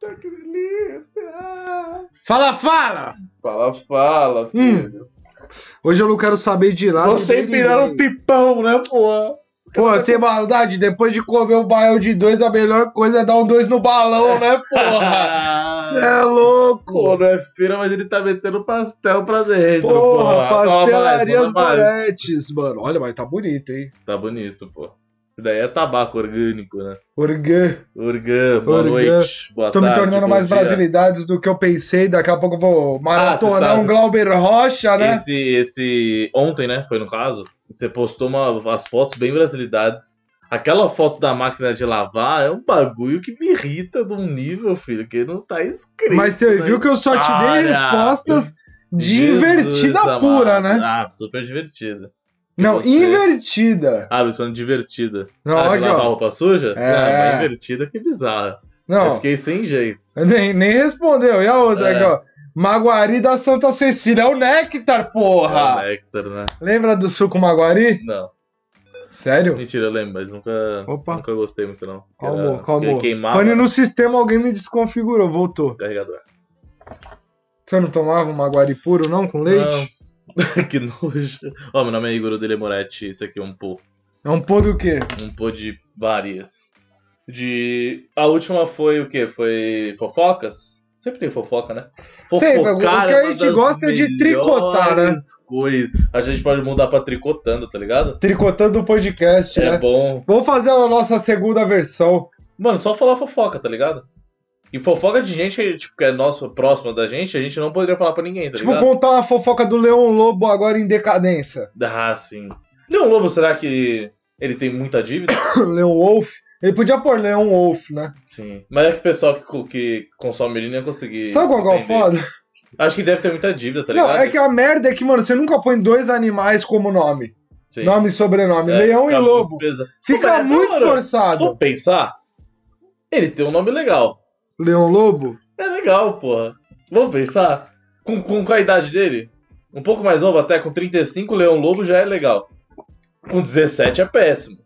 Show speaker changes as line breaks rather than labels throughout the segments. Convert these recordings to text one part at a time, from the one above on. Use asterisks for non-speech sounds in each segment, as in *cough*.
Puta que delícia!
Fala, fala!
Fala,
Hum.
fala, filho.
Hoje eu não quero saber de nada.
Você né?
de ninguém.
empinando pipão, né, porra?
Pô, sem maldade, depois de comer um baião de dois, a melhor coisa é dar um dois no balão, né, porra?
*laughs*
Você *laughs* é
Pô,
louco!
não é feira, mas ele tá metendo pastel pra dentro.
Porra,
Toma mais,
pastelarias
manda mais.
Moretes, mano. Olha, mas tá bonito, hein?
Tá bonito, pô. Isso daí é tabaco orgânico, né?
Orgã.
Orgã, boa
Orgã.
noite. Boa
Tô me
Tá tarde,
tornando
bom
mais
dia.
brasilidades do que eu pensei. Daqui a pouco eu vou maratonar
Ah, você tá-
um Glauber Rocha, né?
Esse, esse. Ontem, né? Foi no caso. Você postou uma, as fotos bem brasilidades. Aquela foto da máquina de lavar é um bagulho que me irrita de um nível, filho, que não tá escrito.
Mas você
né?
viu que eu só te
Cara,
dei respostas
Jesus
divertida
amado.
pura, né?
Ah, super divertida.
Não,
você?
invertida.
Ah, mas falando divertida.
Não,
ah, de
olha,
lavar
ó.
roupa suja?
É.
Não, mas invertida que bizarra. Eu
Não,
fiquei sem jeito.
nem, nem respondeu. E a outra
É.
aqui, ó. Maguari da Santa Cecília. É o Nectar, porra!
É o Nectar, né?
Lembra do suco Maguari?
Não.
Sério?
Mentira, eu lembro, mas nunca,
Opa.
nunca gostei muito, não.
Calmou,
Era-
calmou.
Queimava
Pane no sistema, alguém me desconfigurou, voltou.
o carregador.
Você não tomava um Maguari puro, não? Com leite?
que nojo. Ó, meu nome é Igor Dele Moretti. Isso aqui é um pô.
É um pô do quê?
Um pô de várias. De. A última foi o quê? Foi fofocas? Sempre tem fofoca, né?
Sempre,
Fofocar
o que a
é uma
gente
das
gosta é de tricotar, né?
melhores coisas. A gente pode mudar pra tricotando, tá ligado?
Tricotando o podcast,
É Tá
né?
bom.
Vamos fazer a nossa segunda versão.
Mano, só falar fofoca, tá ligado? E fofoca de gente que, tipo, que é nosso, próxima da gente, a gente não poderia falar pra ninguém, tá
tipo,
ligado?
contar uma fofoca do Leão Lobo agora em decadência. *coughs*
Ah, sim. Leon Lobo, será que ele tem muita dívida?
Leão Wolf. Ele podia pôr Leão Wolf, né?
Sim. Mas é que o pessoal que, co- que consome ele não ia conseguir.
Sabe qual que é o
entender.
foda?
Acho que deve ter muita dívida, tá
não,
ligado?
é que a merda é que, mano, você nunca põe dois animais como nome.
Sim.
Nome e sobrenome.
É,
Leão e
fica muito
Lobo.
pesado. Pô, mas
Fica
é
muito
da hora.
forçado.
Vamos pensar? Ele tem um nome legal.
Leão Lobo?
É legal, porra. Vamos pensar? Com, com, com a idade dele? Um pouco mais novo, até com 35, Leão Lobo já é legal. Com 17 é péssimo.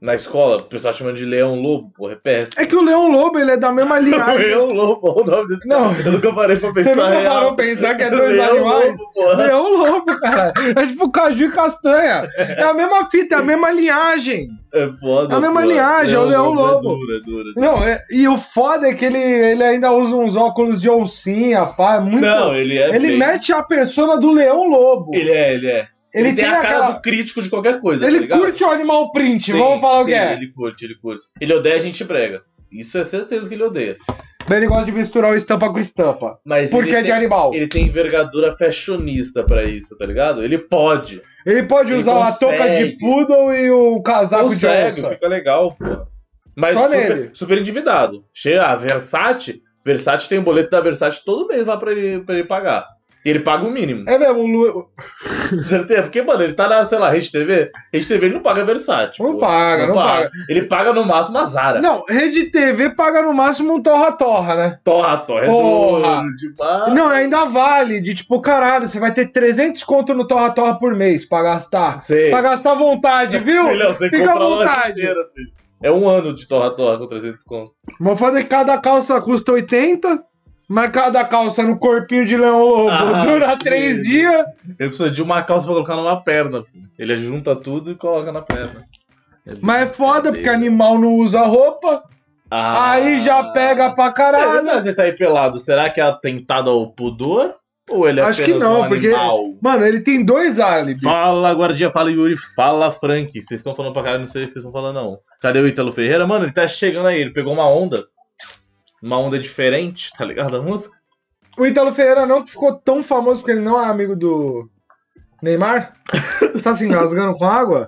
Na escola, o pessoal chamando de Leão Lobo, porra, é péssimo.
É que o Leão Lobo, ele é da mesma
*laughs*
linhagem.
Leão Lobo, olha o nome desse
Não.
cara. Eu nunca parei pra pensar
Você nunca
real.
parou pra pensar que é dois
Leão
animais?
Lobo, né? porra.
Leão Lobo, cara. É tipo caju e castanha. É a mesma fita, é a mesma linhagem.
É foda.
É a mesma linhagem, é o Leão Lobo.
É dura, dura.
Não, é- e o foda é que ele, ele ainda usa uns óculos de oncinha, pá. É muito.
Não, ele é.
ele
bem-
mete a persona do Leão Lobo. Ele,
Ele é, ele é.
tem,
a cara
aquela.
do crítico de qualquer coisa. tá
Ele
ligado?
curte o animal print,
Sim,
vamos falar o
sim,
que é.
Ele curte, ele curte. Ele odeia a gente brega. Isso é certeza que ele odeia.
Mas Ele gosta de misturar o estampa com estampa.
Mas
Porque é
ele,
de
tem,
animal. Ele,
ele tem envergadura fashionista pra isso, tá ligado? Ele pode.
pode
ele
usar a touca de
consegue.
poodle e o casaco
Consegue,
de onça.
fica legal, pô. Mas
Só nele.
super, super endividado. Chega a Versace. Versace tem um boleto da Versace todo mês lá pra ele, pra ele pagar. E ele paga o mínimo.
É mesmo, o Lu-
Certeza? Porque, mano, ele tá na, sei lá, Rede TV. Rede TV ele não paga Versátil.
Não paga, não paga.
Ele paga no máximo a Zara.
Não, rede TV paga no máximo um torra-torra, né?
Torra, torra. É
Porra.
duro demais.
Não, ainda vale, de tipo, caralho, você vai ter 300 conto no torra-torra por mês pra gastar.
Sei.
Pra gastar à
*laughs*
vontade, viu?
Melhor você
Fica à
comprar uma
vontade.
inteira, filho. É um ano de torra, torra com 300 conto.
Vou fazer que cada calça custa 80, mas cada calça no corpinho de leão lobo
Ah,
*laughs* dura
que
3
beleza.
dias.
Ele precisa de uma calça pra colocar numa perna, filho. Ele junta tudo e coloca na perna.
Mas é foda, porque animal não usa roupa,
Ah.
aí já pega pra
É,
caralho.
mas esse aí pelado, será que é atentado ao pudor? Ou ele é
Acho que
apenas
não,
um
porque-
animal?
Mano, ele tem dois álibis.
Fala, guardinha, fala Yuri, fala Frank. Vocês estão falando pra caralho, não sei o que vocês estão falando, não. Cadê o Ítalo Ferreira? Mano, ele tá chegando aí, ele pegou uma onda. Uma onda diferente, tá ligado? A música.
O Italo Ferreira não ficou tão famoso porque ele não é amigo do Neymar? Você tá se engasgando com água?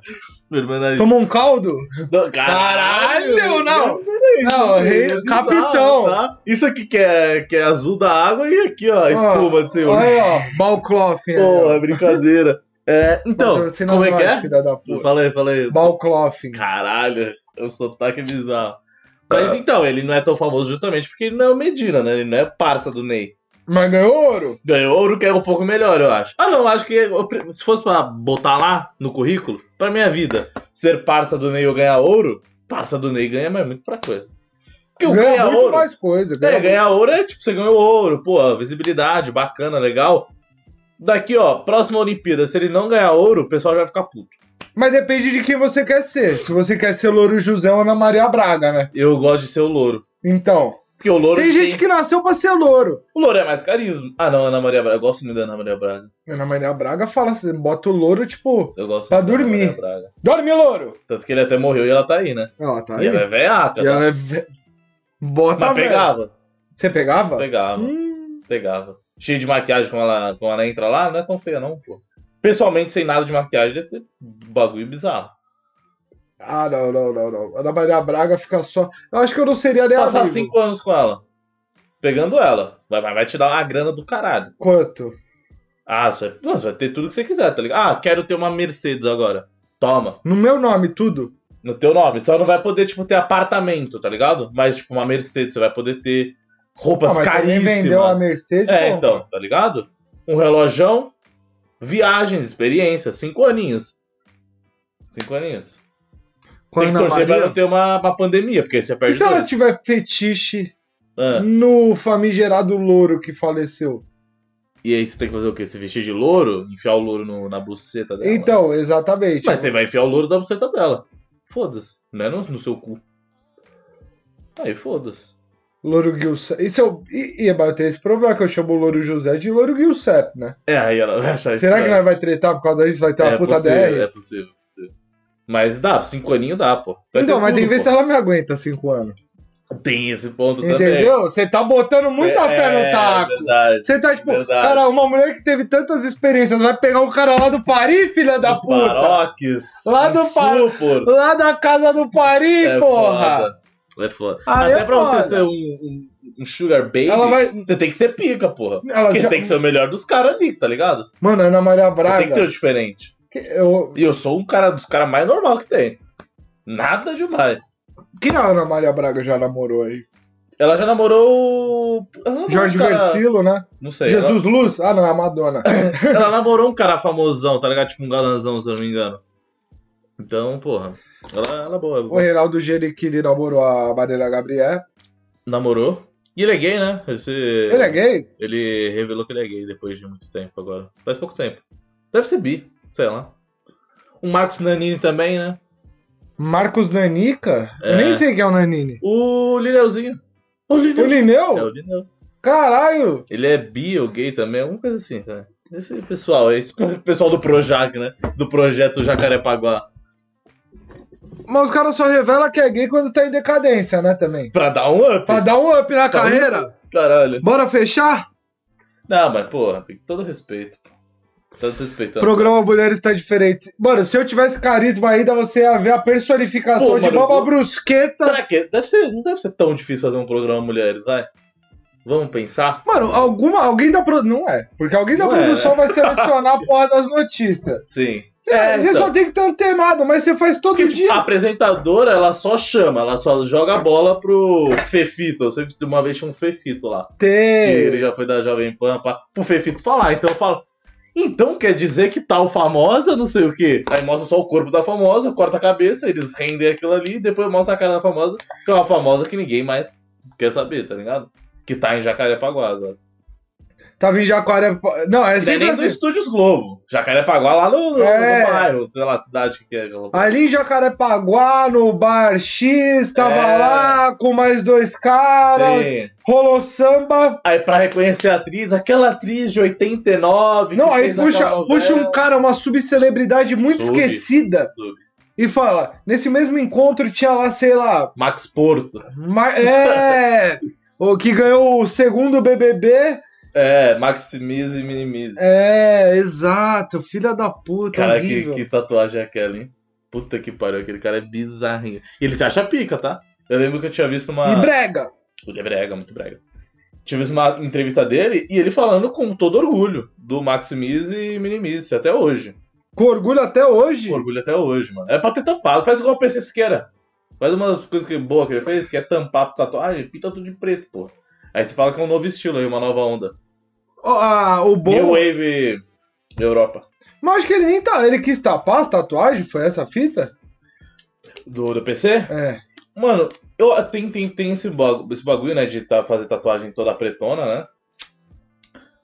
Meu irmão, né?
Tomou um caldo?
Não,
Caralho, não! Não,
Não,
rei,
é bizarro,
capitão!
tá? Isso aqui que é, que é azul da água e aqui, ó, a espuma de cima.
Olha aí, ó, Balclof. aí, ó.
Porra, brincadeira. É, então,
Patrocina
como é
nós,
que é?
Filha da puta.
Fala aí, fala aí.
Balclof.
Caralho, o sotaque é bizarro. Mas então, ele não é tão famoso justamente porque ele não é o Medina, né? Ele não é parça do Ney.
Mas ganhou ouro?
Ganhou ouro que é um pouco melhor, eu acho. Ah, não, acho que eu pre- se fosse pra botar lá no currículo, pra minha vida, ser parça do Ney ou ganhar ouro, parça do Ney ganha, mas é muito pra coisa. Porque o
ganha
ganha
muito
ouro.
mais coisa. ganha
É,
muito-
ganhar ouro é tipo, você ganhou ouro, pô, visibilidade, bacana, legal. Daqui, ó, próxima Olimpíada, se ele não ganhar ouro, o pessoal já vai ficar puto.
Mas depende de quem você quer ser. Se você quer ser Louro José ou Ana Maria Braga, né?
Eu gosto de ser o louro.
Então.
Porque o louro.
Tem gente que nasceu pra ser louro.
O louro é mais carisma. Ah, não, Ana Maria Braga. Eu gosto muito da Ana Maria Braga.
Ana Maria Braga fala assim: bota o louro, tipo,
Eu gosto
Pra
muito da Ana
dormir.
Maria Braga.
dorme, louro!
Tanto que ele até morreu e ela tá aí, né?
Ela tá
E
aí.
ela é veiaca.
E
tá?
ela tá é. ve- Bota
Mas
velho.
pegava.
Você pegava?
Pegava.
Hum,
Pegava. Cheio de maquiagem como ela, como ela entra lá, não é tão feia, não, pô. Pessoalmente, sem nada de maquiagem, deve ser um bagulho bizarro.
Ah, não, não, não, não. Ana Maria Braga fica só. Eu acho que eu não seria nem
Passar
amigo.
cinco anos com ela. Pegando ela. Vai, vai, vai te dar uma grana do caralho.
Quanto?
Ah, você vai, não, você vai ter tudo que você quiser, tá ligado? Ah, quero ter uma Mercedes agora. Toma.
No meu nome, tudo?
No teu nome. Só não vai poder, tipo, ter apartamento, tá ligado? Mas, tipo, uma Mercedes você vai poder ter roupas
Ah, mas também
caríssimas.
vendeu a Mercedes.
É,
pô.
então, tá ligado? Um relojão, viagens, experiência, cinco aninhos. Cinco aninhos.
Com a
Tem que
Ana
torcer pra não
Maria. é
ter uma, uma pandemia, porque aí você
E
perde
se ela
tudo.
tiver fetiche
Ah,
no famigerado louro que faleceu?
e aí você tem que fazer o quê? Se vestir de louro? Enfiar o louro no- na buceta dela?
Então, exatamente.
Mas é- você vai enfiar o louro na buceta dela. Foda-se. Não é no, no seu cu. Aí, foda-se.
Louro Gilsep. Isso eu... e, e, mas eu tenho esse problema que eu chamo o Louro José de Louro Gilsep, né?
É, aí ela vai achar isso
Será que
daí.
nós vai tretar por causa disso? Vai ter uma
é
puta
possível,
DR?
É possível, possível. Mas dá, cinco aninhos dá, pô. Vai
então,
ter
mas tem que
tudo,
ver se ela me aguenta cinco anos.
pô. Tem esse ponto também.
Entendeu? Você tá botando muita fé no taco.
É verdade.
Você tá tipo,
Verdade.
cara, uma mulher que teve tantas experiências vai pegar um cara lá do Paris, filha da
Do
puta.
Paroques.
Lá do Par-
um Supor.
Lá da casa do Paris,
É
porra.
foda. É foda.
Ah,
Até
é
pra
foda.
você ser um, um- um sugar baby,
Ela vai.
você tem que ser pica, porra.
Ela
Porque
já...
você tem que ser o melhor dos caras ali, tá ligado?
Mano, Ana Maria
Você tem que ter
Braga.
o diferente.
que- eu-
E eu sou um cara dos caras mais normal que tem. Nada demais.
Quem é a Ana Maria Braga já namorou aí?
Ela já namorou. Ela namorou
Jorge
um cara...
Versilo, né?
Não sei. ela-
Jesus Luz? Ah, não, é
*coughs*
a Madonna.
Ela, namorou um cara famosão, tá ligado? Tipo um galanzão, se eu não me engano. Então, porra. Ela, ela é boa. é
O
boa.
Reinaldo Geriquini namorou a Marília Gabriel.
Namorou. E ele é gay, né? Esse...
Ele é gay?
Ele revelou que ele é gay depois de muito tempo agora. Faz pouco tempo. Deve ser bi, sei lá. O Marcos Nanini também, né?
Marcos Nanica?
É.
Eu nem sei quem é o Nanini.
O Lineuzinho. O
O Lineu?
É o Lineu.
Caralho!
Ele é bi ou gay também, alguma coisa assim, cara. Esse pessoal, esse *laughs* pessoal do Projac, né? Do projeto Jacarepaguá.
Mas os caras só revelam que é gay quando tá em decadência, né, também.
Pra dar um up?
Pra dar um up na
Tá um
carreira,
Caralho.
bora
Tá,
fechar?
Não, mas porra, tem todo respeito. pô. Tá desrespeitando.
Programa Mulheres Tá Diferente. Mano, se eu tivesse carisma ainda, você ia ver a personificação
Pô,
de
mano,
Boba
eu-
Brusqueta.
Será que deve ser, não deve ser tão difícil fazer um programa mulheres, vai? Vamos pensar?
Mano, alguma, alguém da produção. Não é, porque alguém da
Não é,
produção vai
*laughs*
selecionar a porra das notícias.
Sim.
Você,
É,
você
então.
só tem que ter antenado, mas você faz todo
Porque, tipo,
Um dia.
a apresentadora, ela só chama, ela só joga a bola pro Fefito. Eu sempre de uma vez tinha um Fefito lá. E ele
Tem.
já foi da Jovem Pan pra, pro Fefito falar. Então eu falo, então quer dizer que tal famosa, não sei o quê. Aí mostra só o corpo da famosa, corta a cabeça, eles rendem aquilo ali, depois mostra a cara da famosa, que é uma famosa que ninguém mais quer saber, tá ligado? Que tá em Jacarepaguá agora.
Tava em Jacaré. Não, é
Não é
sempre
nem dos
assim.
Estúdios Globo. Jacarepaguá lá no, no,
É.
no bairro, sei lá, cidade que é.
Ali em Jacarepaguá, no bar X, tava
É.
lá com mais dois caras,
Sim.
rolou samba.
Aí pra reconhecer a atriz, aquela atriz de 89.
Não,
que
aí
fez
puxa,
aquela
puxa um
novela.
cara, uma subcelebridade muito
Sub.
esquecida, e fala: nesse mesmo encontro tinha lá, sei lá,
Max Porto.
ma- é.
*laughs*
O que ganhou o segundo BBB.
É, Maximize e Minimize.
É, exato, filha da puta.
cara, que,
horrível.
que tatuagem é aquela, hein? Puta que pariu, aquele cara é bizarrinho. E ele se acha pica, tá? Eu lembro que eu tinha visto uma.
E brega.
Ele é brega, muito brega. Tinha visto uma entrevista dele e ele falando com todo orgulho do Maximize e Minimize, até hoje.
Com orgulho até hoje.
Com orgulho até hoje, mano. É pra ter tampado. Faz igual o PC Siqueira. Faz uma das coisas que boa que ele fez, que é tampar tatuagem, pinta tudo de preto, pô. Aí você fala que é um novo estilo aí, uma nova onda.
Ó, ah, o bom.
New Wave Europa.
Mas acho que ele nem tá. Ele quis tapar as tatuagens? Foi essa a fita?
Do, do PC?
É.
Mano, Eu, tem, tem, tem esse, bagulho, esse bagulho, né, de tá, fazer tatuagem toda pretona, né?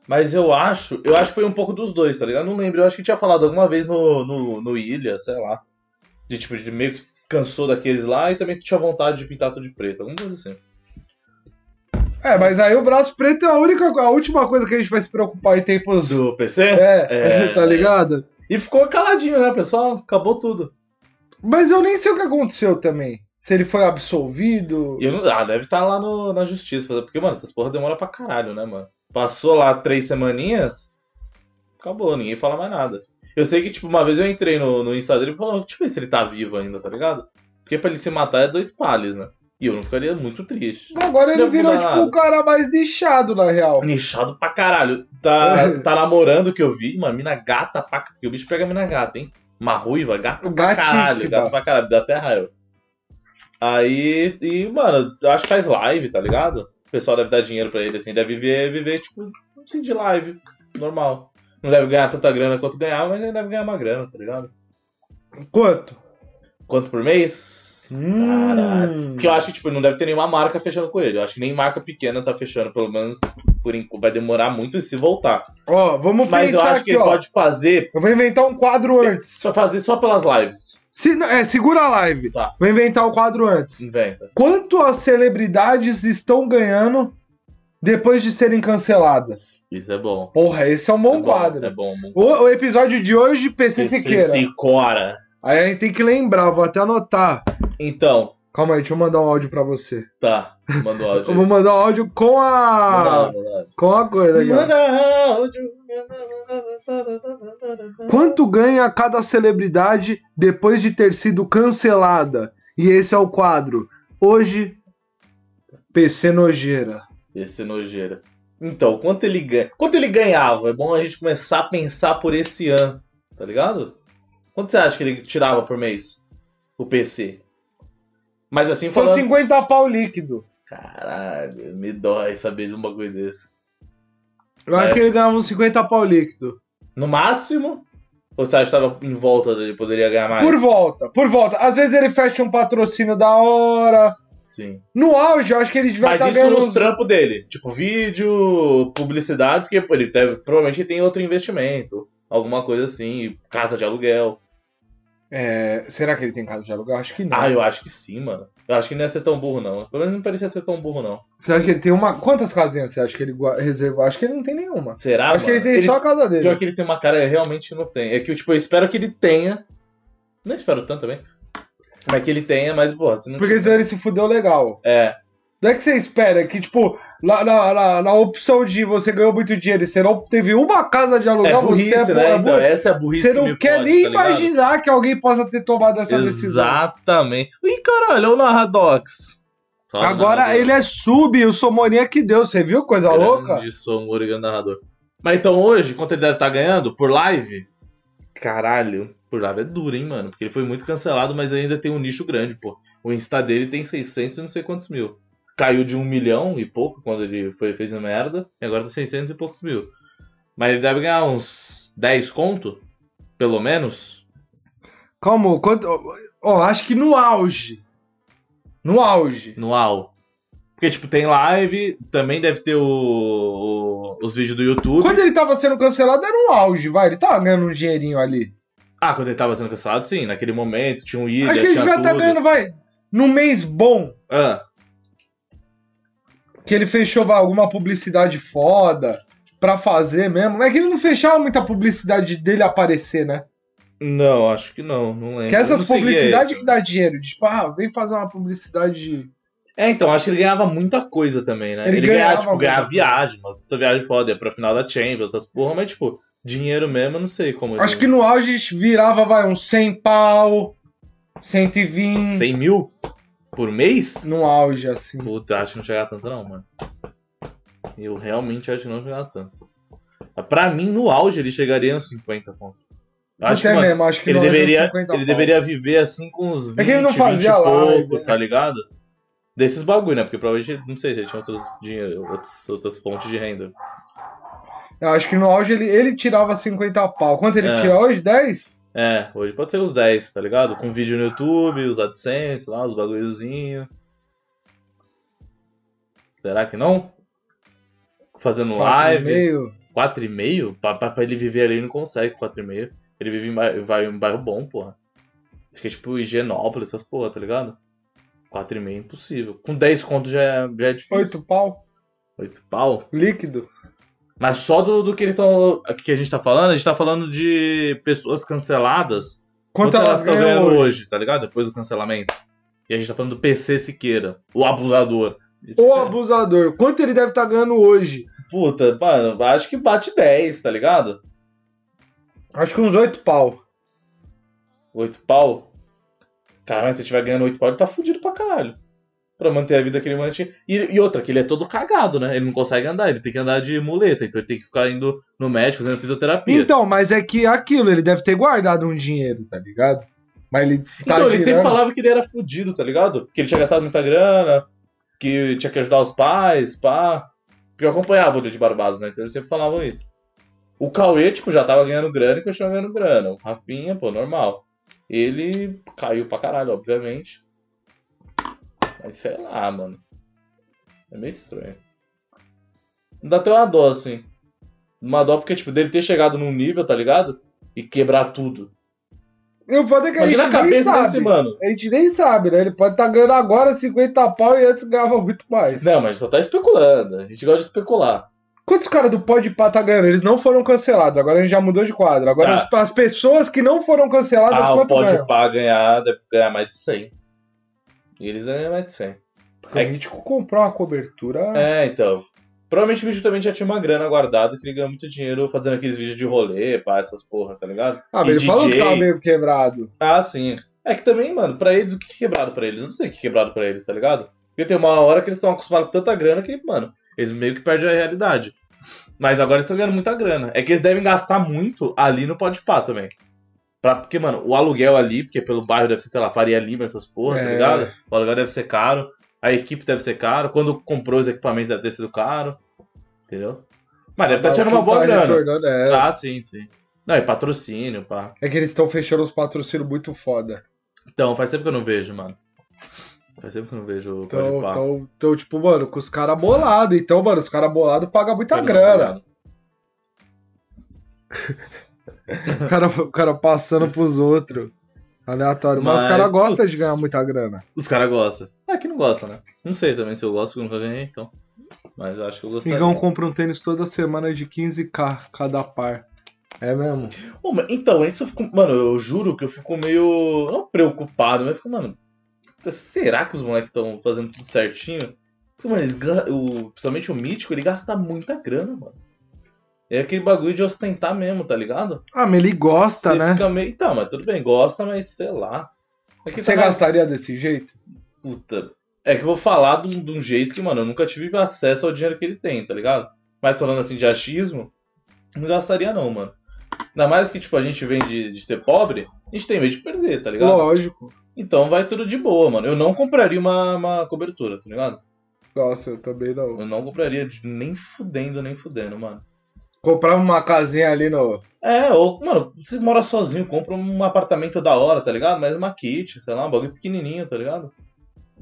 Mas eu acho, eu acho que foi um pouco dos dois, tá ligado? Eu não lembro, eu acho que tinha falado alguma vez no, no, no Ilha, sei lá. De tipo, de meio que cansou daqueles lá e também tinha vontade de pintar tudo de preto, alguma coisa assim.
É, mas aí o braço preto é a única, a última coisa que a gente vai se preocupar em tempos.
Do PC?
É,
*laughs* É.
*laughs* tá ligado?
E ficou caladinho, né, pessoal? Acabou tudo.
Mas eu nem sei o que aconteceu também. Se ele foi absolvido.
E eu não, ah, deve estar lá no, na justiça, fazer- porque, mano, essas porra demora pra caralho, né, mano? Passou lá três semaninhas, acabou, ninguém fala mais nada. Eu sei que, tipo, uma vez eu entrei no, no Insta dele e falei, deixa eu ver se ele tá vivo ainda, tá ligado? Porque pra ele se matar é dois pales, né? E eu não ficaria muito triste.
Agora ele
Não
virou
muda
tipo
nada.
o cara mais lixado, na real.
Nichado pra caralho. Tá, tá namorando que eu vi, uma mina gata pra c- Porque o bicho pega a mina gata, hein? Uma ruiva, gata pra caralho. Gata
Gatíssima.
pra caralho, dá até raiva. Aí, e, mano, eu acho que faz live, tá ligado? O pessoal deve dar dinheiro pra ele, assim, deve viver, viver tipo, assim, de live, normal. Não deve ganhar tanta grana quanto ganhava, mas ele deve ganhar uma grana, tá ligado?
Quanto?
Quanto por mês? Caralho.
Hum.
Porque eu acho que, tipo, não deve ter nenhuma marca fechando com ele. Eu acho que nem marca pequena tá fechando, pelo menos por enquanto. Vai demorar muito e se voltar.
Ó, vamos
Mas eu
pensar
acho
aqui,
que ele
ó.
pode fazer,
Eu vou inventar um quadro antes.
só fazer só pelas lives.
Se, não, é, segura a live.
Tá.
Vou inventar um quadro antes.
Inventa.
Quanto as celebridades estão ganhando depois de serem canceladas?
Isso é bom.
Porra, esse é um
é
bom
bom,
quadro.
É bom. bom.
O, o episódio de hoje, PC, Siqueira.
Sicora.
Aí a gente tem que lembrar, vou até anotar.
Então,
Calma aí, deixa eu mandar um áudio pra você.
tá. Manda
*laughs*
o áudio.
Eu vou mandar um áudio com a.
Manda, manda.
Com a coisa aqui, ó.
Manda áudio.
Quanto ganha cada celebridade depois de ter sido cancelada? E esse é o quadro. Hoje, PC Nojeira.
Esse é nojeira. Então, quanto ele ganha? Quanto ele ganhava? É bom a gente começar a pensar por esse ano, tá ligado? Quanto você acha que ele tirava por mês? O PC. Mas assim
São
falando.
50 pau líquido.
Caralho, me dói saber de uma coisa desse.
Eu acho
É.
que ele ganhava uns 50 pau líquido.
No máximo? Ou você acha que tava em volta dele, poderia ganhar mais?
Por volta, por volta. Às vezes ele fecha um patrocínio da hora.
Sim.
No auge, eu acho que ele devia
Mas
estar
isso
ganhando
nos
uns...
trampos dele. Tipo, vídeo, publicidade, porque pô, ele deve, provavelmente tem outro investimento. Alguma coisa assim, casa de aluguel.
É, será que ele tem casa de aluguel? Acho que não.
Ah, eu acho que sim, mano. Eu acho que não ia ser tão burro, não. Pelo menos não parecia ser tão burro, não.
Será que ele tem uma... Quantas casinhas você acha que ele gua- reservou? Acho que ele não tem nenhuma.
Será,
acho que ele
Ah, mano?
tem só a casa dele.
Pior que ele tem uma cara, eu realmente não tem. É que, tipo, eu espero que ele tenha. Não espero tanto também. Mas que ele tenha, mas, porra, se não
Porque senão ele se fudeu legal.
É,
Não é que você espera que, tipo, na, na, na, na opção de você ganhou muito dinheiro e você não teve uma casa de aluguel,
é burrice,
você é
né?
porra,
Então, essa é a burrice
Você
que
não
me
quer
fode,
nem
tá ligado?
imaginar que alguém possa ter tomado essa decisão.
Exatamente. Ih, caralho, olha o Narradox. Salve,
Agora
narrador.
ele é sub, o Somorinha que deu, você viu? Coisa
Grande
louca.
Sou um origami narrador. Mas então hoje, quanto ele deve estar ganhando? Por live? Caralho. Por live é duro, hein, mano? Porque ele foi muito cancelado, mas ainda tem um nicho grande, pô. O Insta dele tem 600 e não sei quantos mil. Caiu de um milhão e pouco quando ele foi, fez a merda. E agora tem 600 e poucos mil. Mas ele deve ganhar uns 10 conto, pelo menos.
Calma, quanto. Ó, acho que no auge. No auge.
No AU. Porque, tipo, tem live, também deve ter o, o- os vídeos do YouTube.
Quando ele tava sendo cancelado, era um auge, vai. Ele tava ganhando um dinheirinho ali.
Ah, quando ele tava sendo cancelado, sim, naquele momento, tinha um ilha,
acho que ele
tinha
devia
tudo.
estar ganhando, vai. Num mês bom.
Ah,
que ele fechou vai, alguma publicidade foda pra fazer mesmo. É que ele não fechava muita publicidade dele aparecer, né?
não, acho que não, não lembro.
Que
Eu não
essas
segui
publicidades
ele.
que dá dinheiro. Tipo, ah, vem fazer uma publicidade.
É, então, acho que ele ganhava muita coisa também, né?
Ele
Ele,
ganhava
ganhava, tipo,
muita
ganhava
coisa.
viagem, mas puta viagem foda, ia pra final da Champions, essas porra, mas, tipo, dinheiro mesmo, eu não sei como. ele-
Acho que no auge virava, vai, uns 100 pau, 120.
100 mil por mês?
No auge, assim.
Puta, acho que não chegava tanto não, mano. Eu realmente acho que não chegava tanto. Pra mim, no auge, ele chegaria nos 50 pontos. Eu Acho que,
Até
mano,
mesmo, acho que
ele,
no auge é uns
deveria,
50
ele
pau.
deveria viver assim com uns 20,
É que ele não
20 e
fazia live,
pouco,
né?
tá ligado? Desses bagulho, né? Porque provavelmente, ele- não sei se ele tinha outros dinheiro, outros- outras fontes de renda.
Eu acho que no auge ele, ele tirava 50 pau. Quanto ele
É.
tira hoje? 10?
É, hoje pode ser os 10, tá ligado? Com vídeo no YouTube, os AdSense lá, os bagulhozinhos. Será que não? Fazendo
Quatro e
live.
meio.
4,5? Pra, pra, pra ele viver ali, ele não consegue 4,5. Ele vive em bairro, vai em um bairro bom, porra. Acho que é tipo Higienópolis, essas porra, tá ligado? 4,5 é impossível. Com 10 conto já é, já é difícil.
Oito pau.
8 pau?
Líquido.
Mas só do, do que eles estão. Que a gente tá falando, a gente tá falando de pessoas canceladas.
Quanto, elas
tão
ganham hoje?
tá ligado? Depois do cancelamento. E a gente tá falando do PC Siqueira, o abusador.
O abusador. Quanto ele deve estar ganhando hoje?
Puta, mano, acho que bate 10, tá ligado?
Acho que uns oito pau.
8 pau. Caralho, se ele tiver ganhando 8 pau, ele tá fudido pra caralho. Pra manter a vida que ele mantinha. E, e outra, que ele é todo cagado, né? Ele não consegue andar, ele tem que andar de muleta, então ele tem que ficar indo no médico fazendo fisioterapia.
Então, mas é que aquilo, ele deve ter guardado um dinheiro, tá ligado? Mas ele tá
então, ele sempre
girando.
falava que ele era fudido, tá ligado? Que ele tinha gastado muita grana, que tinha que ajudar os pais, pá. Porque eu acompanhava o Dia de Barbados, né? Então eles sempre falavam isso. O Cauê, tipo, já tava ganhando grana e continuava ganhando grana. O Rafinha, pô, normal. Ele caiu pra caralho, obviamente. Mas sei lá, mano. É meio estranho. Dá até uma dó, assim. Uma dó porque, tipo, dele ter chegado num nível, tá ligado? E quebrar tudo.
Eu foda é que a gente
Imagina a
nem
cabeça
sabe.
desse mano.
A gente nem sabe, né? Ele pode estar ganhando agora 50 pau e antes ganhava muito mais.
Não, mas só tá especulando. A gente gosta de especular.
Quantos caras do Pode Pá tá ganhando? Eles não foram cancelados. Agora a gente já mudou de quadro. Agora
Tá.
as, as pessoas que não foram canceladas,
Ah, o
quanto
pode
ganham?
pá ganhar, deve ganhar mais de 100. E eles ganham mais de 100.
Porque o Mítico comprou uma cobertura.
É, então. Provavelmente o vídeo também já tinha uma grana guardada, que ele ganha muito dinheiro fazendo aqueles vídeos de rolê, pá, essas porra, tá ligado?
ah,
E
mas ele falou que
DJ.
tava meio quebrado.
Ah, sim. É que também, mano, pra eles, o que é quebrado pra eles? Eu não sei o que é quebrado pra eles, tá ligado? Porque tem uma hora que eles estão acostumados com tanta grana que, mano, eles meio que perdem a realidade. Mas agora eles estão ganhando muita grana. É que eles devem gastar muito ali no Podpah também. Pra, porque, mano, o aluguel ali, porque pelo bairro deve ser, sei lá, Faria Lima, essas porra, tá
É.
ligado? O aluguel deve ser caro, a equipe deve ser caro, quando comprou os equipamentos deve ter sido caro, entendeu? Mas deve estar
Agora
tirando
o que
uma boa
tá
grana.
retornando é-
Ah, sim, sim. Não, e patrocínio, pá.
É que eles estão fechando os patrocínios muito foda.
Então, faz tempo que eu não vejo, mano. Faz tempo que eu não vejo o
Então,
Podpah.
então, então, tipo, mano, com os caras bolados. Então, mano, os caras bolados pagam muita
Tá
grana.
ligado?
O cara, o cara passando pros outros. Aleatório. Mas, os
Mas,
caras gostam
putz.
de ganhar muita grana.
Os caras gostam. Ah, que não gosta, né? Não sei também se eu gosto, porque eu nunca ganhei, então. Mas eu acho que eu gostaria.
Migão compra um tênis toda semana de 15k cada par. É mesmo?
Ô, mas então, isso eu fico. Mano, eu juro que eu fico meio. Não preocupado, mas eu fico, mano. puta, Será que os moleques estão fazendo tudo certinho? Porque, mano, eles gan- o... principalmente o mítico, ele gasta muita grana, mano. É aquele bagulho de ostentar mesmo, tá ligado?
Ah, mas ele gosta,
Você
né?
fica meio. Tá, mas tudo bem, gosta, mas sei lá. É que
Você
tá na-
gastaria desse jeito?
Puta. É que eu vou falar de um, de um jeito que, mano, eu nunca tive acesso ao dinheiro que ele tem, tá ligado? Mas falando assim de achismo, não gastaria não, mano. Ainda mais que, tipo, a gente vem de, de ser pobre, a gente tem medo de perder, tá ligado?
Lógico.
Então vai tudo de boa, mano. Eu não compraria uma, uma cobertura, tá ligado?
Nossa, eu também não.
Eu não compraria de- nem fudendo, nem fudendo, mano.
Comprava uma casinha ali no.
É, ou, mano, você mora sozinho, compra um apartamento da hora, tá ligado? Mas uma kit, sei lá, um bagulho pequenininho, tá ligado?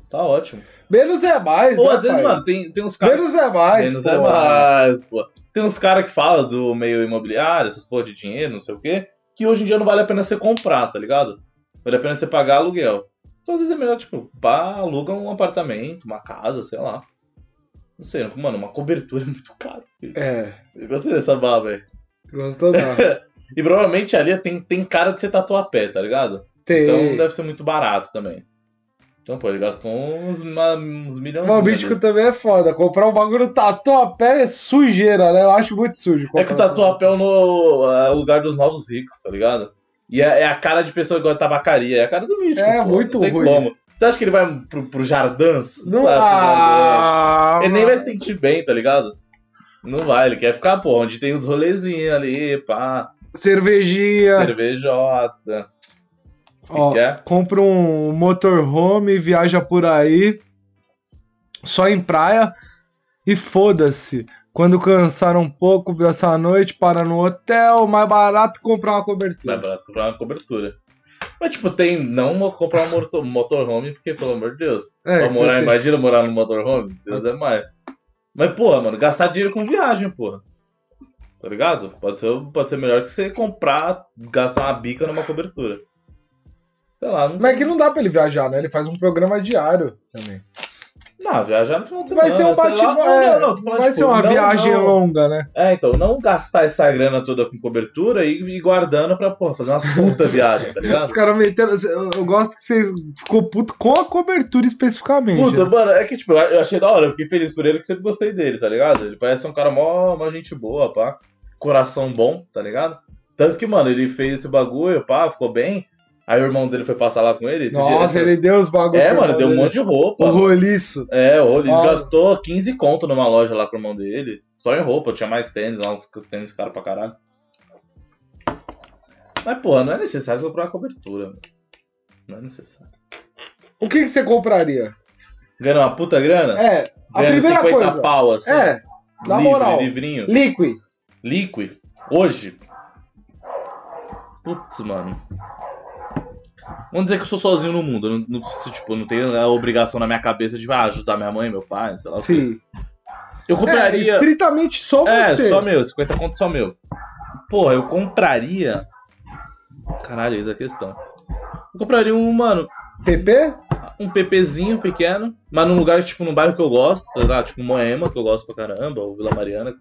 Tá ótimo.
Menos é mais,
Ou
né,
às vezes,
pai?
mano, tem, tem uns caras
Menos é mais.
Menos
pô.
é mais, pô. Tem uns caras que falam do meio imobiliário, essas porra de dinheiro, não sei o quê, que hoje em dia não vale a pena você comprar, tá ligado? Vale a pena você pagar aluguel. Então às vezes é melhor, tipo, pá, aluga um apartamento, uma casa, sei lá. Não sei, mano, uma cobertura é muito caro. filho.
É.
Eu gostei dessa baba, velho. *laughs*
Gostou não.
E provavelmente ali tem, tem cara de ser tatuapé, tá ligado?
Tem.
Então deve ser muito barato também. Então, pô, ele gastou uns, uma, uns milhões
Mas o mítico também é foda. Comprar um bagulho tatuapé é sujeira, né? Eu acho muito sujo.
É que o
comprar um
tatuapé é o no- é o lugar dos novos ricos, tá ligado? E é, é a cara de pessoa igual a tabacaria, é a cara do mítico.
É,
pô,
muito
não tem
ruim.
Como. Você acha que ele vai pro, pro Jardins?
Não
vai pro Jardins.
ah,
é né? Ele nem vai se sentir bem, tá ligado? Não vai, ele quer ficar, pô, onde tem uns rolezinhos ali, pá,
Cervejinha.
cervejota.
É. Ó,
quer?
compra um motorhome, viaja por aí, só em praia e foda-se. Quando cansar um pouco dessa noite, para no hotel, mais barato comprar uma
Vai
cobertura.
pra comprar uma cobertura. Mas, tipo, tem. Não mo- comprar um motor, motorhome, porque, pelo amor de Deus.
É,
pra
que você
morar,
tem-
imagina morar no motorhome? Deus é mais. Mas, porra, mano, gastar dinheiro com viagem, porra. Tá ligado? Pode ser, pode ser melhor que você comprar, gastar uma bica numa cobertura. Sei lá, não.
Mas é que não dá pra ele viajar, né? Ele faz um programa diário também.
Não, viajar no final de semana.
Vai ser um
sei lá. Não,
bate-volta.
não, não,
Não,
tô falando,
vai
tipo,
ser é uma
não,
viagem
não.
longa, né?
É, então, não gastar essa grana toda com cobertura e, e guardando pra, porra, fazer umas puta viagem, tá ligado?
Os caras meteram. Eu, eu gosto que vocês ficou puto com a cobertura especificamente.
Puta,
né?
mano, é que tipo, eu achei da hora, eu fiquei feliz por ele que sempre gostei dele, tá ligado? Ele parece ser um cara mó, mó gente boa, pá. Coração bom, tá ligado? Tanto que, mano, ele fez esse bagulho, pá, ficou bem. Aí o irmão dele foi passar lá com ele. esse
Nossa,
dia-
ele deu os bagulho.
É,
pro
mano,
irmão
deu um
dele.
monte de roupa.
O roliço.
É, o Rollins
Nossa.
gastou 15 conto numa loja lá com o irmão dele. Só em roupa, tinha mais tênis, lá uns tênis caro pra caralho. Mas, porra, não é necessário você comprar uma cobertura, mano. Não é necessário.
O que, que você compraria?
Ganhando uma puta grana?
É, a
ganhando
primeira
50
coisa.
pau, assim.
é, na
livre,
moral.
Livrinho.
Liquid.
Liquid. Hoje. Putz, mano. Vamos dizer que eu sou sozinho no mundo. Eu não, não preciso, tipo, eu não tenho a obrigação na minha cabeça de ah, ajudar minha mãe, meu pai, sei lá. o quê.
Sim.
Eu
É,
compraria.
estritamente só
É,
você.
só meu, 50 conto só meu. Porra, eu compraria. Caralho, eis a questão. Eu compraria um, mano,
PP?
um PPzinho pequeno, mas num lugar, tipo, num bairro que eu gosto, tá ligado? Tipo Moema, que eu gosto pra caramba, ou Vila Mariana,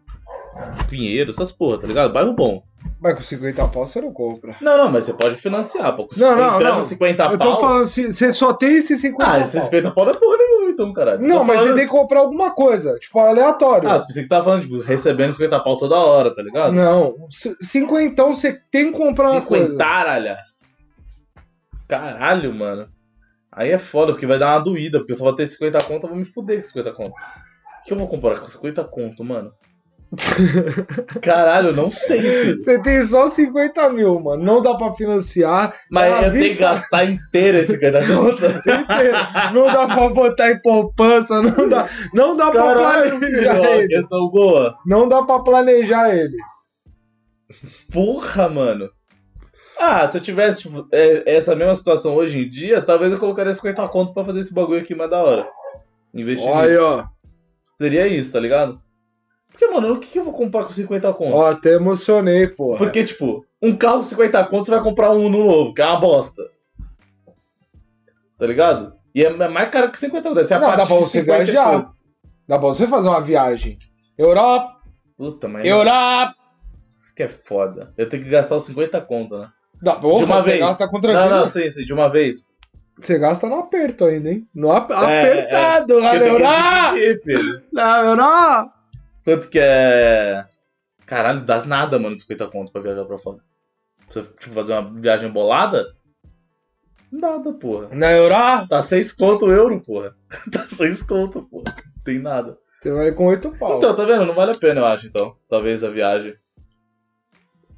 Pinheiro, essas porra, tá ligado? Bairro bom.
Mas com 50 pau você não compra.
Não, não, mas você pode financiar, pô.
Não, não,
Entrando
não.
50
eu tô
Tá pau.
falando, se- você só tem esses 50
Ah,
pau.
esses 50 pau não é porra nenhuma, então, caralho. Eu
Não,
tô
mas
falando...
você tem que comprar alguma coisa. Tipo, aleatório.
Ah, pensei que você tava falando, tipo, recebendo 50 pau toda hora, tá ligado?
não. c- Cinquentão você tem que comprar uma coisa.
Cinquentaralhas. Caralho, mano. Aí é foda, porque vai dar uma doída, porque eu só vou ter 50 conto, eu vou me fuder com 50 conto. O que eu vou comprar com 50 conto,
*laughs*
mano? Caralho, eu não sei, filho.
Você tem só 50 mil, mano. Não dá
*laughs*
pra financiar.
Mas
Ah,
eu tenho que
vista.
gastar inteiro esse 50
*laughs*
conto.
inteiro. não dá pra botar em poupança. Não dá, não dá pra
Caralho, filho,
planejar
ó,
ele.
questão boa.
Não dá pra planejar ele.
Porra, mano. Ah, se eu tivesse tipo, é, essa mesma situação hoje em dia, talvez eu colocaria 50 conto pra fazer esse bagulho aqui mais da hora. Investir nisso.
Olha aí, ó.
Seria isso, tá ligado? Porque, mano, o que que eu vou comprar com 50 conto?
Ó, até emocionei, porra.
Porque, tipo, um carro com 50 conto, você vai comprar um novo, que é uma bosta. Tá ligado? E é é mais caro que 50 conto. Você
Não, dá pra
é parte de
você
50 e
viajar.
pouco.
Dá pra você fazer uma viagem. Europa,
Puta, mas
Europa.
isso que é foda. Eu tenho que gastar os 50 conto, né?
Dá, porra,
de uma
você
vez.
gasta com
não,
tranquilo.
não, sim, sim, de uma vez.
Você gasta no aperto ainda, hein? No ap-
é.
apertado, lá
Porque
na
eu tenho que
Europa.
dividir, filho.
Na Europa.
Tanto que é... Caralho, dá nada, mano, de 50 conto pra viajar pra fora. Pra Você, tipo, fazer uma viagem bolada? Nada, porra.
Na Europa.
Tá 6 conto o euro, porra. *laughs* Tá 6 conto, porra. Não tem nada.
Você vai com oito pau.
Então, tá vendo? Não vale a pena, eu acho, então. Talvez a viagem.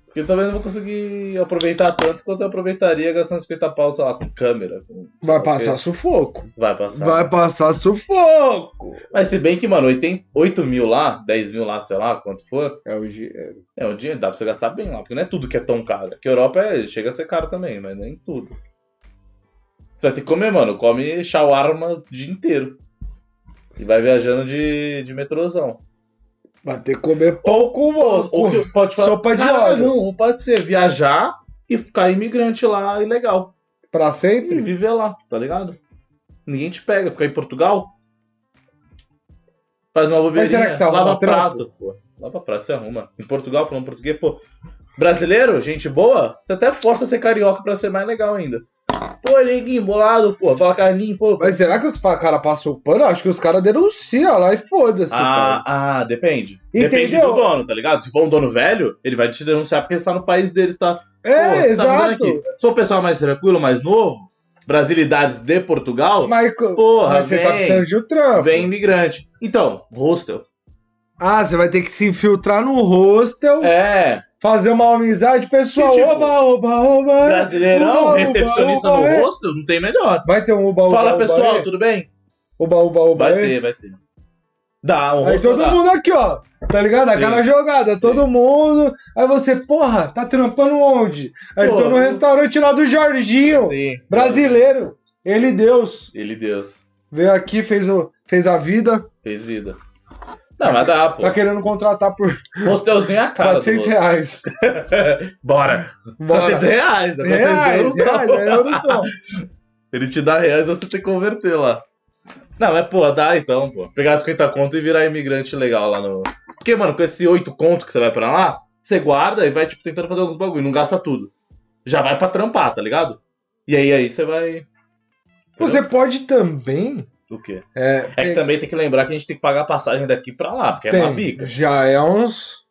Porque talvez eu não vou conseguir aproveitar tanto quanto eu aproveitaria gastando 50 pau, sei lá, com câmera. com-
vai passar sufoco.
Vai passar.
Vai passar sufoco.
Mas se bem que, mano, 8 mil lá, 10 mil lá, sei lá, quanto for,
É o dinheiro.
é um dinheiro, dá pra você gastar bem lá. Porque não é tudo que é tão caro. Porque Europa é- chega a ser caro também, mas nem tudo. Você vai ter que comer, mano. Come shawarma o dia inteiro. E vai viajando de, de metrôzão.
Vai ter que comer
Pouco moço.
Ou
que pode
falar,
Sopa de
"Caralho,
óleo. Não, pode ser viajar e ficar imigrante lá e legal.
pra
E
sempre.
viver lá, tá ligado? Ninguém te pega, ficar em Portugal. Faz uma bobeirinha,
Mas será que você arruma
lava
trampo?
prato, pô. Lava prato, você arruma. Em Portugal, falando português, pô. Brasileiro, gente boa, você até força a ser carioca pra ser mais legal ainda. Pô, neguinho, bolado, pô. Fala Carlinho, pô.
Mas será que os pa- cara passam o pano? Acho que os caras denunciam lá e foda-se, cara.
Ah, ah, depende. Depende
Entendeu?
do dono, tá ligado? Se for um dono velho, ele vai te denunciar porque está no país dele, está
É,
Pô, tá
exato.
fazendo aqui? Sou o pessoal mais tranquilo, mais novo, brasilidades de Portugal,
Mas,
porra,
mas você
vem,
tá precisando de um trampo.
vem imigrante. Então, hostel.
Ah, você vai ter que se infiltrar no hostel,
É,
fazer uma amizade pessoal.
Que tipo?
Oba, oba, oba.
brasileirão,
Uba, uba,
recepcionista
uba,
no
é.
hostel, não tem melhor.
Vai ter um uba, uba,
Fala
uba,
pessoal,
aí?
tudo bem?
Oba, oba, oba. é.
Vai
aí?
ter, vai ter. Dá, um
Aí
hostel
todo
dá.
mundo aqui, ó. Tá ligado? Aquela jogada, todo mundo. Aí você, porra, tá trampando onde? Aí
Pô,
tô no
eu-
restaurante lá do Jorginho,
Sim.
brasileiro. Ele, Deus,
Ele, Deus,
veio aqui, fez, o, fez a vida.
fez vida. Não, mas dá, pô.
Tá querendo contratar por
Hostelzinho é a cara. do
400
louco. *laughs*
reais.
Bora.
Bora.
400 reais. né? 400
Reais,
euros, não.
reais, é
*laughs*
euro não.
Ele te dá reais, você tem que converter lá. Não, mas, pô, dá então, pô. Pegar 50 conto e virar imigrante legal lá no. Porque, mano, com esse 8 conto que você vai pra lá, você guarda e vai, tipo, tentando fazer alguns bagulho, não gasta tudo. Já vai pra trampar, tá ligado? E aí, aí você vai.
Você pode também.
O quê?
É,
É que também tem que lembrar que a gente tem que pagar a passagem daqui pra lá, porque é uma bica.
Já é uns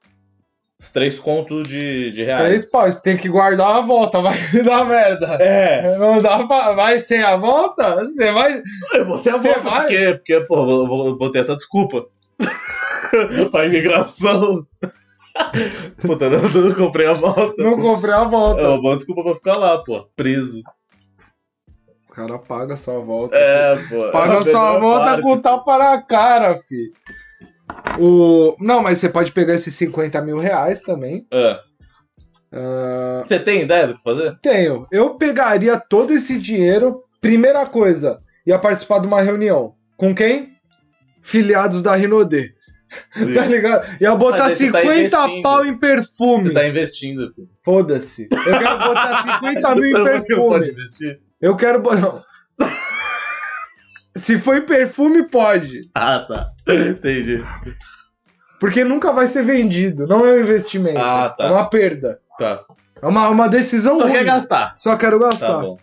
Os 3 contos de, de reais.
três pau. Você tem que guardar uma volta, *laughs* vai dar merda.
É,
Não dá pra. Vai sem a volta? Você vai.
*laughs* você é
Você
bom,
vai?
por quê? Porque, pô, eu vou, vou, vou ter essa desculpa. *laughs* pra imigração. *laughs* Puta, não, não comprei a volta.
Não comprei a volta.
É uma boa desculpa pra ficar lá, pô. Preso.
Os caras pagam sua volta.
É, pô. é
Paga
a
sua
melhor
volta
parte.
com tapa na cara, fi. O... Não, mas você pode pegar esses 50 mil reais também.
É.
Ah,
Você tem ideia do que fazer?
tenho. Eu pegaria todo esse dinheiro, primeira coisa, ia participar de uma reunião. Com quem? Filiados da Rinodê.
Sim.
Tá ligado? Ia botar
Mas aí você tá
50
investindo.
pau em perfume.
Você tá investindo, filho.
Foda-se. Eu
*laughs*
quero botar 50 mil em
Todo mundo que não pode
perfume.
investir.
Eu quero botar. *laughs* Se for em perfume, pode.
Ah, tá. Entendi.
Porque nunca vai ser vendido, não é um investimento.
Ah, tá.
É uma perda.
Tá.
É uma, uma decisão
Só
ruim.
quer gastar.
Só quero
Tá
gastar.
bom.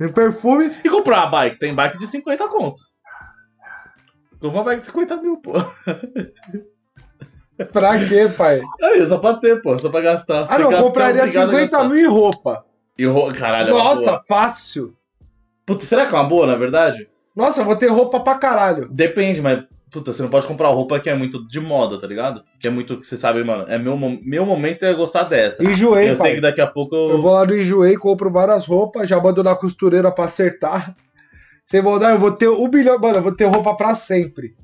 em perfume,
E comprar uma bike? Tem bike de 50 conto. Comprar uma bike de 50 mil, pô.
pra quê, pai?
Aí, é só pra ter, pô. Só pra gastar.
Ah, não,
Gastar é
compraria
obrigado a
50
gastar.
mil em roupa.
E ro... Caralho, é uma
Nossa,
boa.
fácil.
Puta, será que é uma boa, na verdade?
Nossa, eu vou ter roupa pra caralho.
Depende, mas. Puta, você não pode comprar roupa que é muito de moda, tá ligado? Que é muito. que Você sabe, mano. É meu, mo- meu momento é gostar dessa.
Enjoei,
eu
pai.
sei que daqui a pouco eu.
Eu vou lá no Enjoei, compro várias roupas, já mando na costureira pra acertar. Sem maldade, eu vou ter um bilhão. Mano, eu vou ter roupa pra sempre.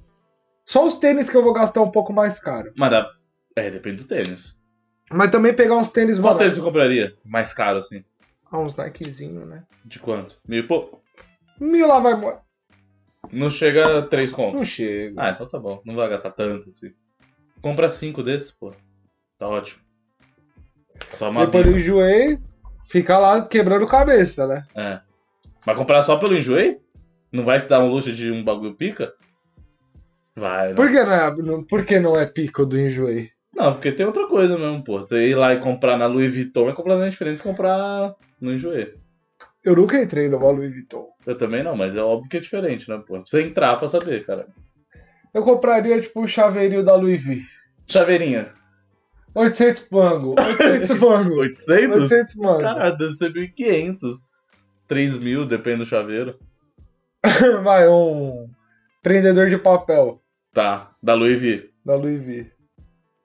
Só os tênis que eu vou gastar um pouco mais caro.
Mas dá- É, depende do tênis.
Mas também pegar uns tênis
Qual
baratos.
tênis você compraria? Mais caro, assim.
Ah, uns Nikezinho, né?
De quanto? Meio pouco.
Mil lá vai morrer.
Não chega a 3 conto.
Não chega.
Ah, então tá bom. Não vai gastar tanto, assim. Compra 5 desses, pô. Tá ótimo. Só uma
Depois
bica.
eu enjoei, fica lá quebrando cabeça, né?
É. Mas comprar só pelo enjoei? Não vai se dar um luxo de um bagulho pica? Vai, né?
Por que não é, não- por que não é pico do enjoei?
Não, porque tem outra coisa mesmo, pô. Você ir lá e comprar na Louis Vuitton é completamente diferente de comprar no enjoei.
Eu nunca entrei no Louis Vuitton.
Eu também não, mas é óbvio que é diferente, né, pô? Precisa entrar pra saber, cara.
Eu compraria, tipo, um chaveirinho da Louis V.
Chaveirinha.
800 pango, 800 *laughs* pango,
800?
800 mango.
Caralho, deve ser 1.500. 3.000, depende do chaveiro.
*laughs* Vai, um prendedor de papel
Tá, da Louis V.
da Louis V.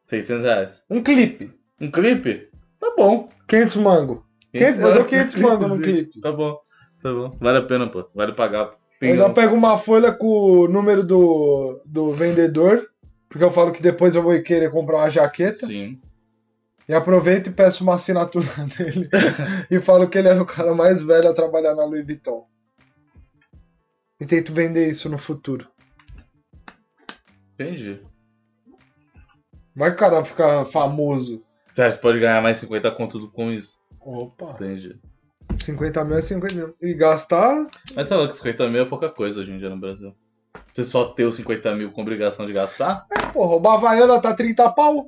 600 reais.
Um clipe,
Um clipe? Tá bom.
500 mango. 500, eu dou 500 mango
*laughs*
no clipe.
Tá bom, tá bom. Vale a pena, pô. Vale pagar.
Eu
Tem
ainda
um...
pego uma folha com o número do, do vendedor, porque eu falo que depois eu vou querer comprar uma jaqueta.
Sim.
E aproveito e peço uma assinatura *laughs* dele. e falo que ele era o cara mais velho a trabalhar na Louis Vuitton. E tento vender isso no futuro.
Entendi.
Vai que o cara ficar famoso.
Você acha que pode ganhar mais 50 conto do- com isso?
Opa,
Entendi.
50 mil é 50 mil. E gastar.
Mas sei lá, que 50 mil é pouca coisa hoje em dia no Brasil. Você só ter os 50 mil com obrigação de gastar?
Porra, o Bavaiana tá 30 pau.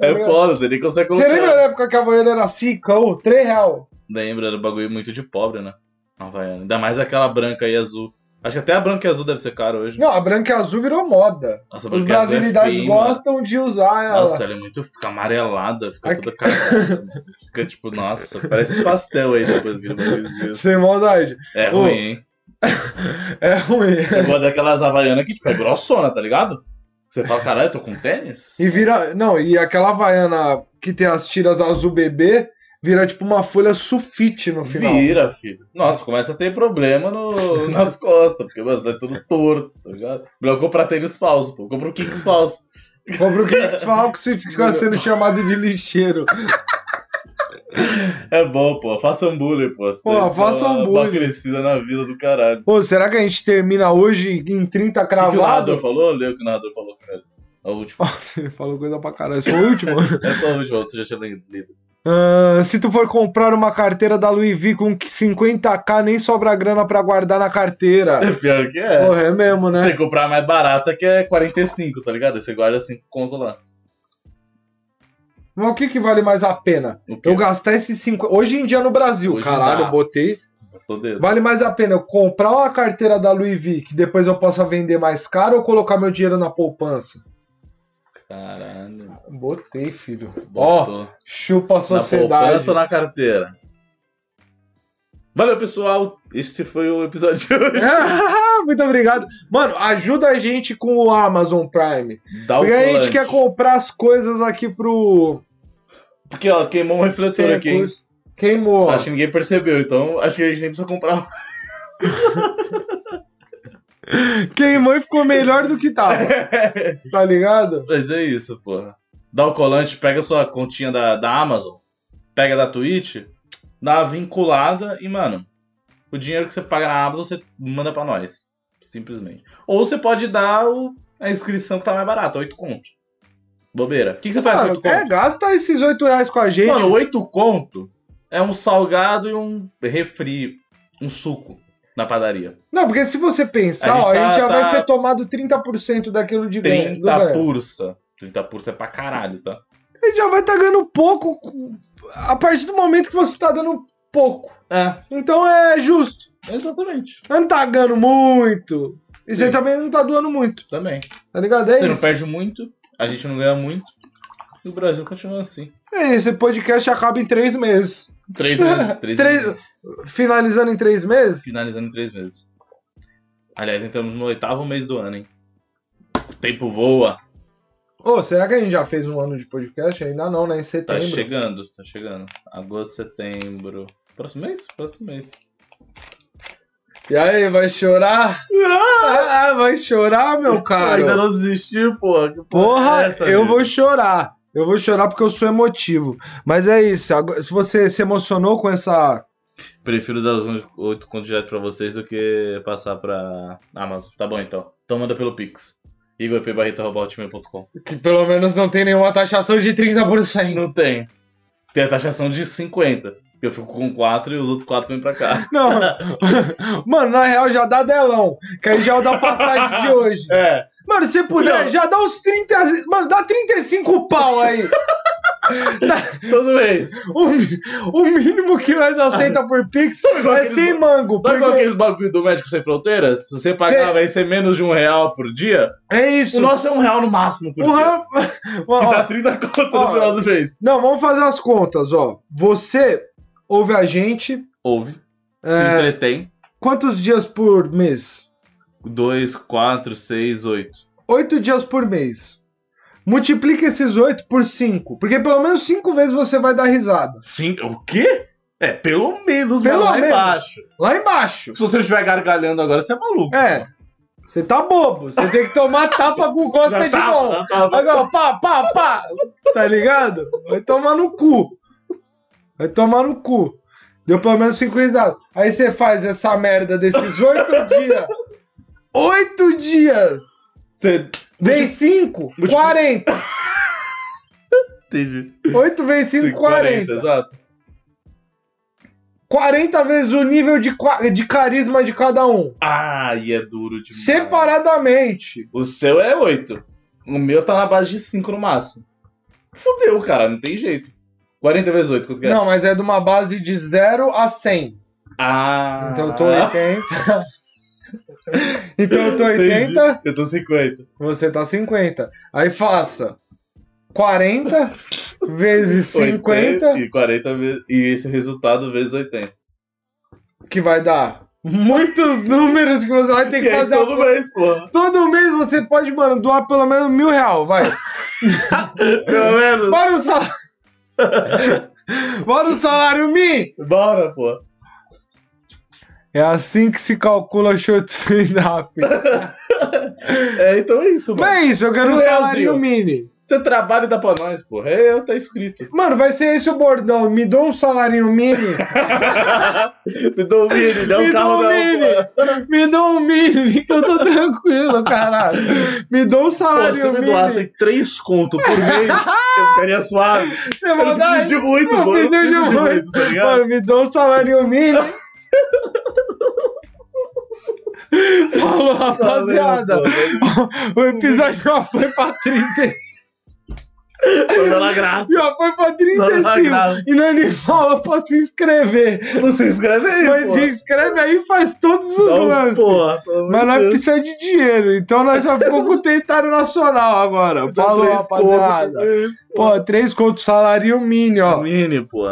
É
ligado?
foda, você nem consegue
Você
comprar.
lembra da época que a Havaiana era 5 ou 3 real?
Lembra, era um bagulho muito de pobre, né? A Havaiana. Ainda mais aquela branca e azul. Acho que até a branca e azul deve ser cara hoje.
Não, a branca e azul virou moda.
Nossa, a
Os
branca e azul é
brasilidades
feia, mano.
gostam de usar ela.
Nossa, ela é muito. Fica amarelada, fica
Aqui-
toda cagada. mano. fica tipo, nossa, parece pastel aí depois que ele vai dizer.
Sem maldade.
É
Ô.
ruim, hein?
É ruim.
Eu gosto daquelas havaianas que tipo, é grossona, tá ligado? Você fala, caralho, eu tô com tênis?
E vira. Não, e aquela vaiana que tem as tiras azul bebê vira tipo uma folha sulfite no final.
Vira, filho. Nossa, começa a ter problema
*laughs*
no, nas costas, porque mano, vai tudo torto, tá ligado? Melhor comprar tênis falso, pô. Compra o Kings falso.
Compra o Kicks Falcons e fica sendo chamado de lixeiro.
É bom, pô. Faça um bullying, pô. Isso
Pô,
daí dá
faça um
uma- Uma
bullying.
crescida na vida do caralho.
Pô, será que a gente termina hoje em 30
O que que o narrador
cravado?
falou? Lê o que o narrador falou pra ele. A última. *laughs*
Nossa, ele falou coisa pra caralho. Sou o último. *laughs*
Essa é a última, você já tinha lido.
Ah, se tu for comprar uma carteira da Louis V com 50k, nem sobra grana pra guardar na carteira.
É pior que é.
Porra, é mesmo, né?
Tem que comprar a mais barata que é 45, tá ligado? Aí Você guarda 5 conto lá.
Mas o que, que vale mais a pena?
O quê?
Eu gastar esses 50. Hoje em dia no Brasil,
Hoje
caralho,
dá.
eu botei.
Tô dentro.
Vale mais a pena eu comprar uma carteira da Louis V que depois eu possa vender mais caro ou colocar meu dinheiro na poupança?
Caralho.
Botei, filho. Ó,
Botou.
chupa a
na
sociedade.
poupança ou na carteira? Valeu, pessoal. Esse foi o episódio de hoje.
*laughs* Muito obrigado. Mano, ajuda a gente com o Amazon Prime.
Dá É o
Porque a
colante.
gente quer comprar as coisas aqui pro.
Porque, ó, queimou um refletor aqui, hein?
Recurso. Queimou.
Acho que ninguém percebeu, então acho que a gente nem precisa comprar.
Queimou e ficou melhor do que
*laughs*
tava. tá ligado?
Mas é isso, porra. Dá o colante, pega sua continha da, da Amazon, pega da Twitch, dá uma vinculada e, mano, o dinheiro que você paga na Amazon você manda pra nós. Simplesmente. Ou você pode dar o- a inscrição que tá mais barata, 8 conto. Bobeira. O que, que você faz com
Mano,
8
é,
conto?
gasta esses 8 reais com a gente.
Mano, 8 conto é um salgado e um refri, um suco na padaria.
Não, porque se você pensar,
A gente
ó, a
tá-
gente já
tá-
vai ser tomado 30% daquilo de ganho. do
30
ganho.
pursa. 30 pursa é pra caralho, tá?
A gente já vai estar ganhando pouco com- a partir do momento que você está dando pouco.
É,
Então é justo.
exatamente.
Eu não tá ganhando muito. E você
Sim.
também não tá doando muito,
Também.
tá ligado? É
Você não
isso.
perde muito, a gente não ganha muito. E o Brasil continua assim.
É isso, Esse podcast acaba em três meses. *laughs*
Três meses. Três,
Três-
meses.
Finalizando em três meses?
Finalizando em três meses. Aliás, entramos no oitavo mês do ano, hein? O tempo voa.
Ô, será que a gente já fez um ano de podcast? Ainda não, né? Em
Tá
setembro.
chegando, tá chegando. Agosto, setembro. Próximo mês? Próximo mês.
E aí, vai chorar? *laughs* Ah, vai chorar, meu caro?
Ainda não desistiu, porra. Que
Porra,
é essa,
eu
amigo?
vou chorar. Eu vou chorar porque eu sou emotivo. Mas é isso. agora- Se você se emocionou com essa.
Prefiro dar os oito contos direto pra vocês do que passar pra Amazon. Tá bom, então. Então manda pelo Pix. igorpbarreta.com
Que pelo menos não tem nenhuma taxação de 30%.
Não tem. Tem a taxação de 50. Eu fico com 4 e os outros 4 vêm pra cá.
Não. *laughs* Mano, na real já dá delão. Que aí já é o da passagem de hoje.
*laughs* É.
Mano, se puder,
Não.
já dá uns 30. Mano, dá 35 pau aí.
Todo mês.
O, mi- o mínimo que nós aceita por Pix
igual
é
aqueles
100 mango.
Sabe igual
porque-
aqueles bagulho do Médico Sem Fronteiras? Se você pagar,
Cê-
vai ser menos de um real por dia.
É
O
isso.
nosso é um real no máximo por dia.
*laughs* Porra.
Que
Ó,
dá 30 conto no
Ó.
final do mês.
Não, vamos fazer as contas, ó. Você ouve a gente.
Ouve. Se
é,
entretém.
quantos dias por mês?
2, 4, 6, 8.
Oito dias por mês. Multiplica esses oito por cinco. Porque pelo menos cinco vezes você vai dar risada.
Sim, o quê? É, pelo menos,
Pelo
pelo lá
menos.
embaixo.
Lá embaixo.
Se você estiver gargalhando agora, você é maluco.
É. Você tá bobo. Você tem que tomar tapa com
Já
costa de
tá,
mão.
já tá.
Agora, pá, pá, pá. Tá ligado? Vai tomar no cu. Vai tomar no cu. Deu pelo menos cinco risadas. Aí você faz essa merda desses oito dias. Oito dias.
Você
Vezes cinco,
Multipli-
40.
entende.
8 vezes 5, 40.
exato.
40 vezes o nível de, qua- de carisma de cada um.
Ai, é duro demais.
Separadamente.
O seu é 8. O meu tá na base de 5 no máximo. Fudeu, cara, não tem jeito. 40 vezes 8, quanto que é?
Não, mas é de uma base de 0 a 100.
Ah,
Então eu tô 80. *laughs* então eu tô 80.
entendi. *laughs* Eu tô 50.
Você tá 50. Aí faça 40
*laughs*
vezes 50,
80 e 40 vezes. E esse resultado vezes 80.
que vai dar muitos números que você vai ter
E
que
aí
fazer.
todo mês, porra.
Todo mês você pode, mano, doar pelo menos mil real, vai.
Pelo menos.
Bora
*laughs*
o salário. Bora o salário mim.
Bora, porra.
É assim que se calcula short stand-up.
*laughs* Tá É, então é isso, mano.
Mas é isso, eu quero
Um
um salário
realzinho.
mini.
Você trabalha e dá pra nós, porra. É, eu tá escrito.
Mano, vai ser esse o bordão. Me dou um salário
*laughs*
mínimo.
Me dá um mini, dá um
Me dá
carro
um
na
mini.
porra.
Me dá um mini, *laughs* que eu tô tranquilo, caralho. Me dá um
Pô,
salário
se eu me
mínimo.
doassem três conto por
*laughs*
mês, eu ficaria suave.
Eu
Eu
vou
não
dar-
preciso de muito,
Não
mano. Eu não
preciso de muito.
tá ligado?
Mano, me dá um
*laughs*
salário mínimo. Falou, rapaziada.
Valeu, pô.
O episódio já foi pra 30. *laughs*
Tô dando a graça.
Já foi pra
Só dá
35.
graça.
E não me fala pra se inscrever.
Não se inscreve aí,
Mas
pô.
se inscreve aí e faz todos os
Então,
lances.
porra, pelo amor
Mas é
de
nós
Deus.
precisamos de dinheiro, então nós já ficou com o tentário nacional agora.
Dá
Falou,
três É, conto
rapaziada.
por mês,
Pô, três contos salário mínimo, ó.
Mini, pô.